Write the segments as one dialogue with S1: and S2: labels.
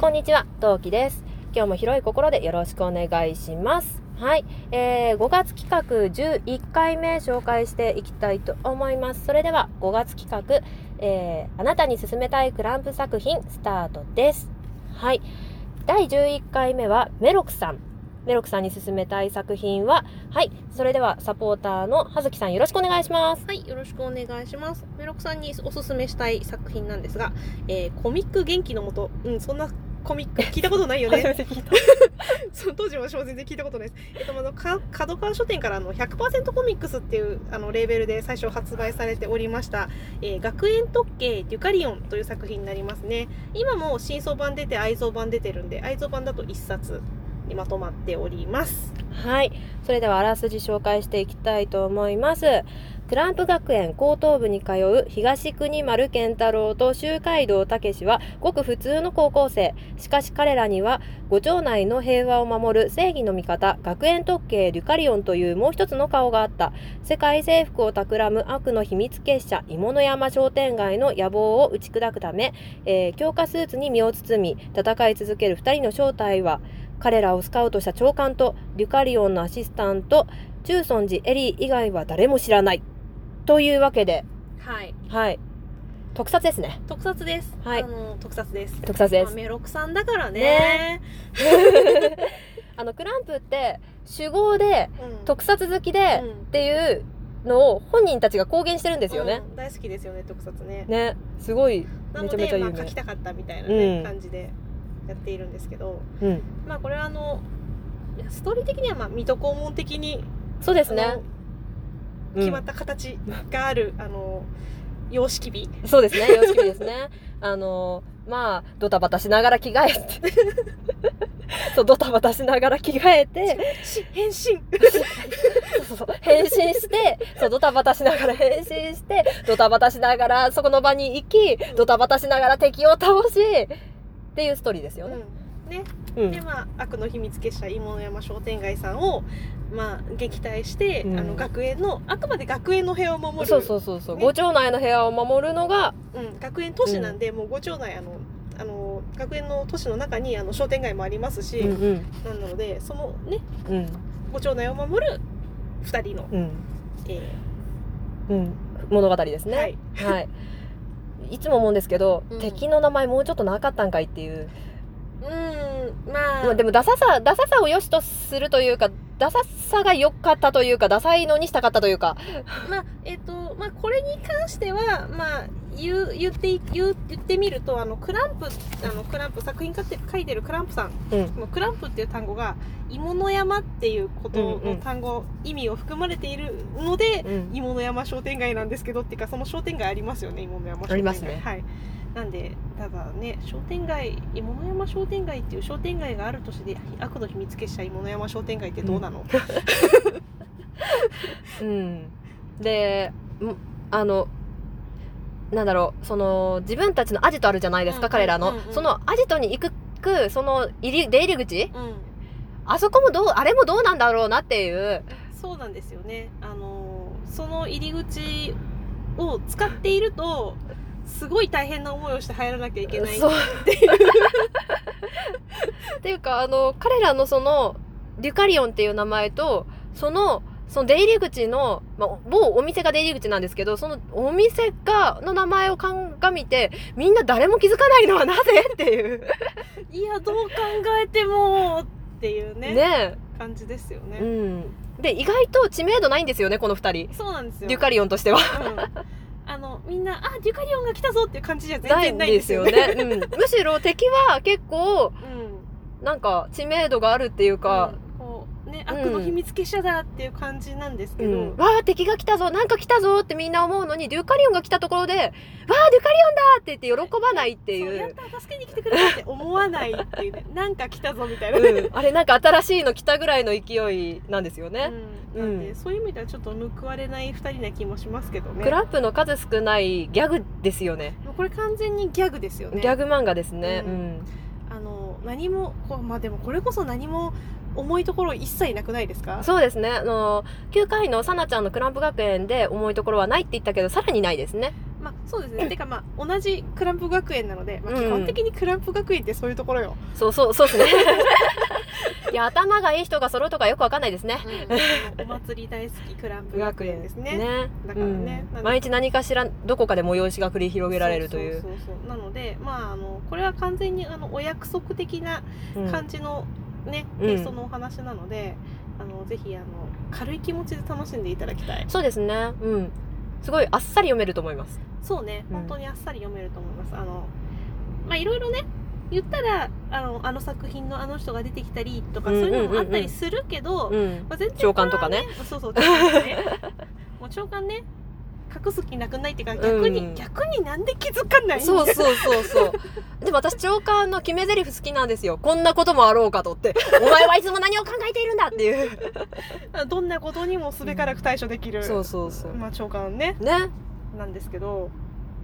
S1: こんにちは、トウキです。今日も広い心でよろしくお願いします。はい、えー、5月企画11回目紹介していきたいと思います。それでは5月企画、えーあなたに勧めたいクランプ作品スタートです。はい、第11回目はメロクさん。メロクさんに勧めたい作品は、はい、それではサポーターの葉月さんよろしくお願いします。
S2: はい、よろしくお願いします。メロクさんにおすすめしたい作品なんですが、えーコミック元気のもと、うん、そんなコミック聞いたこと ないよね。
S1: て聞いた。
S2: その当時も私も全然聞いたことないです。えっと、あの、か角川書店からあの100%コミックスっていうあのレーベルで最初発売されておりました、えー学園特計デュカリオンという作品になりますね。今も新装版出て愛蔵版出てるんで、愛蔵版だと1冊にまとまっております。
S1: はい、それではあらすじ紹介していきたいと思います。クランプ学園高等部に通う東国丸健太郎と周海道武史はごく普通の高校生。しかし彼らにはご町内の平和を守る正義の味方、学園特警デュカリオンというもう一つの顔があった。世界征服を企む悪の秘密結社、芋の山商店街の野望を打ち砕くため、えー強化スーツに身を包み、戦い続ける二人の正体は、彼らをスカウトした長官とデュカリオンのアシスタント中尊寺エリー以外は誰も知らないというわけで
S2: はい。
S1: はい特撮ですね
S2: 特撮です。
S1: はい
S2: あの、特撮です。
S1: 特撮で
S2: まあ
S1: す
S2: メロクさんだから
S1: ね
S2: ね。
S1: あのクランプって主語で
S2: うん
S1: 特撮好きで
S2: うん
S1: っていうのを本人たちが公言してるんですよね、
S2: うん大好きですよね特撮ね
S1: ねすごい
S2: なの
S1: めちゃめちゃ
S2: で、
S1: 有
S2: ま
S1: 名
S2: あ、書きたかったみたいな、ね
S1: うん
S2: 感じでやっているんですけど
S1: うん
S2: まあこれはあのいやストーリー的にはまあ水戸黄門的に
S1: そうですね
S2: あの
S1: うん
S2: 決まった形がある、あの様式美
S1: そうですね、様式美ですね。あのまあドタバタしながら着替えて、 そうドタバタしながら着替えて、
S2: し変身
S1: そうそう変身して、そうドタバタしながら変身して、ドタバタしながらそこの場に行き、ドタバタしながら敵を倒しっていうストーリーですよね。
S2: うんね
S1: う
S2: でまあ悪の秘密結社芋の山商店街さんをまあ撃退して、
S1: うん
S2: あの学園のあくまで学園の平和を守る
S1: そうそうそうそう、
S2: ね
S1: ご町内の部屋を守るのが、
S2: うん、学園都市なんで、もうご町内あのあの学園の都市の中にあの商店街もありますし、
S1: うん
S2: なのでそのね
S1: うん
S2: ご町内を守る2人の、
S1: うん
S2: え
S1: うん物語です
S2: ー
S1: ね。
S2: はい、
S1: はい。いつも思うんですけど、
S2: うん
S1: 敵の名前もうちょっとなかったんかいっていう。
S2: うーんまあ、
S1: まあ、でもダサさダサさを良しとするというかダサさが良かったというかダサいのにしたかったというか
S2: まあえっ、とまあこれに関してはまあ言う言ってい言う言ってみるとあのクランプあのクランプ作品書いて書いてるクランプさん、
S1: うん
S2: このクランプっていう単語が芋の山っていうこと
S1: うんう
S2: の
S1: ん
S2: 単語、意味を含まれているので、
S1: うん
S2: 芋の山商店街なんですけどっていうかその商店街ありますよね芋の山商店街
S1: ありますね
S2: はいなんでただね商店街芋の山商店街っていう商店街がある都市で悪の秘密結社芋の山商店街ってどうなの、
S1: でんあのなんだろうその自分たちのアジトあるじゃないですか、
S2: うん
S1: 彼らの、
S2: うんうんうん
S1: そのアジトに行くその入り出入り口
S2: うん
S1: あそこもどうあれもどうなんだろうなっていう
S2: そうなんですよねあのーその入り口を使っているとすごい大変な思いをして入らなきゃいけない
S1: そうっていうかあの彼らのそのデュカリオンっていう名前とそのその出入り口の、まあ、某お店が出入り口なんですけどそのお店がの名前を鑑みてみんな誰も気づかないのはなぜっていう
S2: いやどう考えてもっていうね
S1: ね
S2: 感じですよね、
S1: えうん、で意外と知名度ないんですよねこの2人
S2: そうなんですよ
S1: デュカリオンとしては。
S2: うんあのみんなあデュカリオンが来たぞっていう感じじゃ全
S1: ないん
S2: 然ないん
S1: で
S2: ですすよ
S1: よ
S2: ね。
S1: ね、うん、むしろ敵は結構
S2: うん、
S1: なんか知名度があるっていうか、
S2: うんこうね
S1: うん
S2: 悪の秘密結社だっていう感じなんですけど、
S1: うん、わあ敵が来たぞなんか来たぞってみんな思うのにデュカリオンが来たところでわあデュカリオンだって言って喜ばないってい
S2: そうやっ
S1: う。
S2: た助けに来てくれたって思わないっ ていうねなんか来たぞみたいな、
S1: うん、あれなんか新しいの来たぐらいの勢いなんですよね、
S2: うんなん
S1: うん
S2: でそういう意味ではちょっと報われない2人な気もしますけどね
S1: クランプの数少ないギャグですよね
S2: もうこれ完全にギャグですよね
S1: ギャグ漫画ですね、う
S2: うんあの何もこうまあでもこれこそ何も重いところ一切なくないですか
S1: そうですねあの9回のさなちゃんのクランプ学園で重いところはないって言ったけどさらにないですね
S2: まあそうですねてかまあ同じクランプ学園なので、まあ、
S1: うん
S2: 基本的にクランプ学園ってそういうところよ、
S1: そうそうそうです ねいや頭がいい人が揃うとかよくわかんないですね
S2: お祭り大好きクランプ学園ですねだからね
S1: うん
S2: なんで
S1: 毎日何かしらどこかで催しが繰り広げられるという
S2: そうそうそうそうなのでまああのこれは完全にあのお約束的な
S1: うん
S2: 感じのね、
S1: うん
S2: テイストのお話なので、あのぜひあの軽い気持ちで楽しんでいただきたい。
S1: そうですねうんすごいあっさり読めると思います
S2: そうね、
S1: うん
S2: 本当にあっさり読めると思います。あのまあいろいろね。言ったらあのあの作品のあの人が出てきたりとか
S1: う
S2: そ
S1: ん
S2: う
S1: うんうんうん
S2: いうのもあったりするけど、
S1: うん
S2: まあ、全然
S1: 長官とかね
S2: これはそうそう長官 ねもう長官ね隠す気なくないっていうか逆に、
S1: うん
S2: 逆になんで気づかない
S1: そうそうそうそうでも私長官の決め台詞好きなんですよこんなこともあろうかとってお前はいつも何を考えているんだっていう
S2: どんなことにもすべからく対処できる、
S1: そうそうそう
S2: まあ長官ね
S1: ね
S2: なんですけど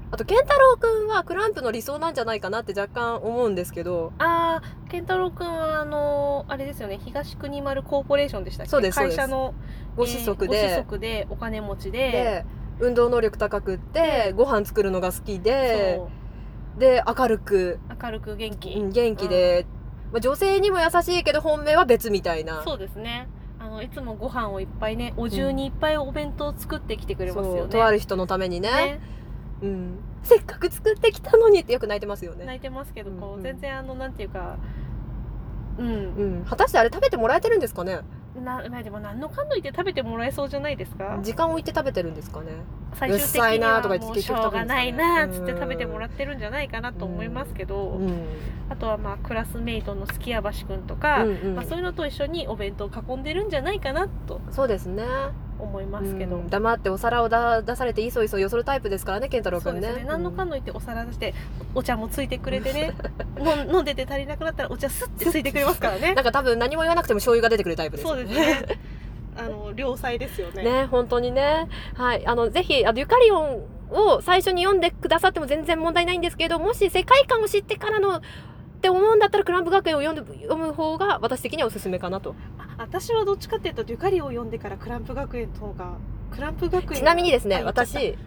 S1: あと健太郎くんはクランプの理想なんじゃないかなって若干思うんですけど
S2: ああ健太郎くんはあのあれですよね東国丸コーポレーションでしたっけ
S1: そうです
S2: 会社の
S1: ご子息
S2: えーご
S1: で
S2: 子、息でお金持ちで
S1: で運動能力高くってご飯作るのが好きで
S2: そう
S1: で明るく
S2: 明るく元気、
S1: うん元気で、まあ、女性にも優しいけど本命は別みたいな
S2: そうですねあのいつもご飯をいっぱいねお重にいっぱいお弁当作ってきてくれます
S1: そ
S2: よ
S1: う
S2: ね
S1: とある人のためにね
S2: ね
S1: うん、せっかく作ってきたのにってよく泣いてますよね、
S2: 泣いてますけどこう、
S1: うんうん
S2: 全然あのなんていうかうん、
S1: うん、果たしてあれ食べてもらえてるんですかね
S2: なまあでも何のかんの言って食べてもらえそうじゃないですか
S1: 時間置いて食べてるんですかね
S2: 最終的
S1: うっさい
S2: に
S1: な
S2: は
S1: ーとか言
S2: も
S1: っ
S2: う
S1: て
S2: しょうがないなーっつって
S1: うん
S2: 食べてもらってるんじゃないかなと思いますけど、
S1: うん、
S2: あとはまあクラスメイトの月屋橋くんとか、
S1: うんうん
S2: まあ、そういうのと一緒にお弁当を囲んでるんじゃないかなと
S1: そうですね
S2: 思いますけど、
S1: うん黙ってお皿をだ出されていそいそよそるタイプですからね健太郎
S2: そう
S1: 君
S2: で
S1: ね
S2: すね何のかんの言ってお皿出してお茶もついてくれてね飲ん飲んでて足りなくなったらお茶すってついてくれますから
S1: うん
S2: ね
S1: なんか多分何も言わなくても醤油が出てくるタイプです
S2: そ
S1: よ
S2: うですねあの良妻ですよね
S1: ね本当にねはいあのぜひあのユカリオンを最初に読んでくださっても全然問題ないんですけどもし世界観を知ってからのって思うんだったらクランプ学園を読んで読む方が私的にはおすすめかなと
S2: あ私はどっちかっていうとデュカリを読んでからクランプ学園の方がクランプ学園
S1: ちなみにです
S2: あ
S1: ね
S2: 言っちゃった
S1: 私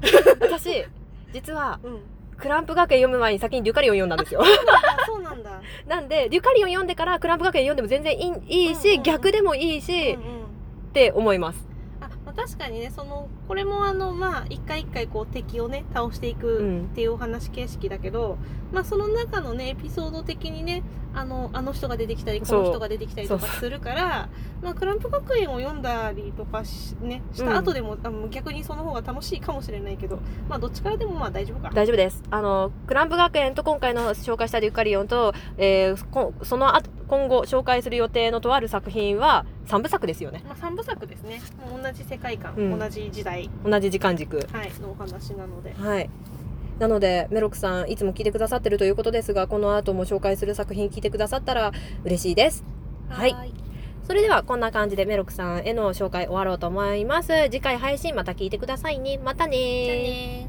S1: 私実は
S2: うん
S1: クランプ学園読む前に先にデュカリオン読んだん ですよ
S2: あそうな んだ、
S1: なんでデュカリオン読んでからクランプ学園読んでも全然いいいいし、
S2: うんうんうん
S1: 逆でもいいうし、
S2: んうん
S1: って思います
S2: あまあ、確かにねそのこれもあのまあ一回一回こう敵をね倒していうく
S1: ん
S2: っていうお話形式だけど、まあその中のねエピソード的にねあのあの人が出てきたりこ
S1: そう
S2: の人が出てきたりとか
S1: そう
S2: するからまあクランプ学園を読んだりとかし,、ね、した後でも、あの逆にその方が楽しいかもしれないけどまあどっちからでもまあ大丈夫か。
S1: 大丈夫ですあのクランプ学園と今回の紹介したデュカリオンと、えーこその後今後紹介する予定のとある作品は3部作ですよね
S2: まあ、三部作ですね。もう同じ世界観、
S1: うん
S2: 同じ時代、
S1: 同じ時間軸
S2: はい、のお話なので。
S1: はいなのでメロクさんいつも聞いてくださってるということですがこの後も紹介する作品聞いてくださったら嬉しいですはい
S2: ーい。
S1: それではこんな感じでメロクさんへの紹介終わろうと思います次回配信また聞いてくださいねまたね
S2: じゃあねー